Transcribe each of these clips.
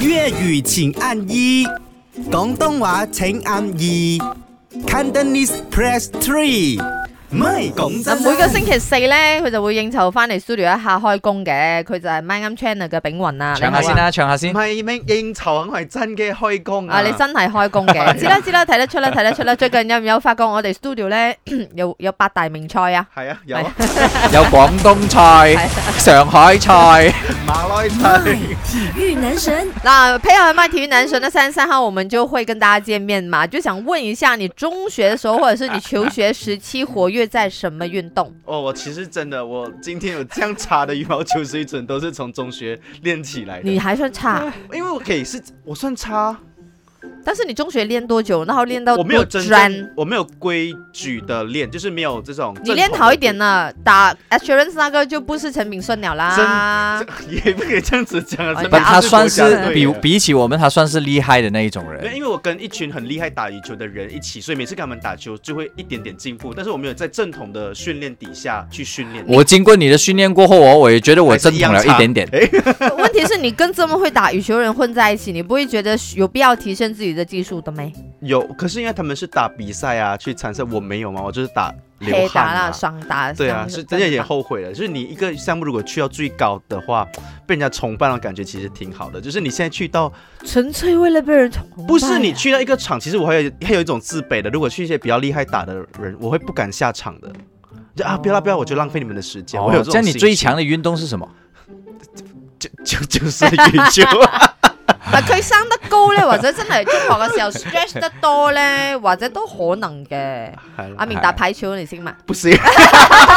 粤语请按一，广东话请按二，Cantonese press three。唔係講嗱，真啊每個星期四咧，佢就會應酬翻嚟 studio 一下開工嘅，佢就係 My Am Channel 嘅炳雲啊，唱你下好先啊。啦，唱下先唔。係應應酬，係真嘅開工啊！你真係開工嘅，知啦知啦，睇得出啦睇得出啦。最近有唔有發覺我哋 studio 咧 有有八大名菜啊？係啊，有啊有廣東 菜、上海菜，馬來西麦亞体育男神，那配合麦体育男神的三十三号，我们就会跟大家见面嘛，就想问一下你中学的时候，或者是你求学时期活跃在什么运动？ 哦，我其實真的，我今天有这樣差的羽毛球水准，都是從中學練起來的。你还算差，因為我可以是，我算差，但是你中学练多久？然后练到我没有多真专正，？我没有规矩的练，就是没有这种。你练好一点，呢，打 assurance 那个就不是陈炳顺了啦。 也不可以这样子讲啊。哎真不，的呀他是算国是家队比的比起我们，他算是厉害的那一种没有，人。因为我跟一群很厉害打羽球的人一起，所以每次跟他们打球就会一点点进步，但是我没有在正统的训练底下去训练。我经过你的训练过后，我我也觉得我还是正一统样了一差点点。哎， 问题是你跟这么会打羽球人混在一起，你不会觉得有必要提升自己的技术的没？有，可是因为他们是打比赛啊，去参赛，我没有嘛，我就是打黑流汗打啦，啊。双打，对啊，双是真的也后悔了。就是你一个项目如果去到最高的话，被人家崇拜的感觉其实挺好的。就是你现在去到，纯粹为了被人崇拜啊。不是 你去到一个场，其实我还有还有一种自卑的。如果去一些比较厉害打的人，我会不敢下场的。就啊，不要啦，不要，我就浪费你们的时 间。我有这哦，种这样你心最情强的运动是什么？ 就 就就是羽球。嗱，佢生得高咧，或者真係中學嘅時候 stretch 得多咧，或者都可能嘅。阿明打排球你識嘛？不行，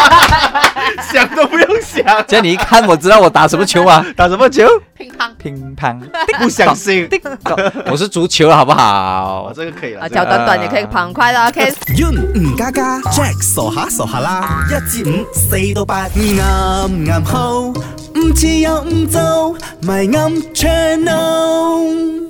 想都不用想，这样你一看，我知道我打什么球 啊？打什么球？乒乓乒乓。不相信。我是足球了，好不哦，好？这个可以了。啊，这腳个短短亦可以澎快啦，OK。 Yun 吳家家，Jack 傻下傻下啦，一至五，四到八，啱啱好，唔似有唔做，咪啱 channel。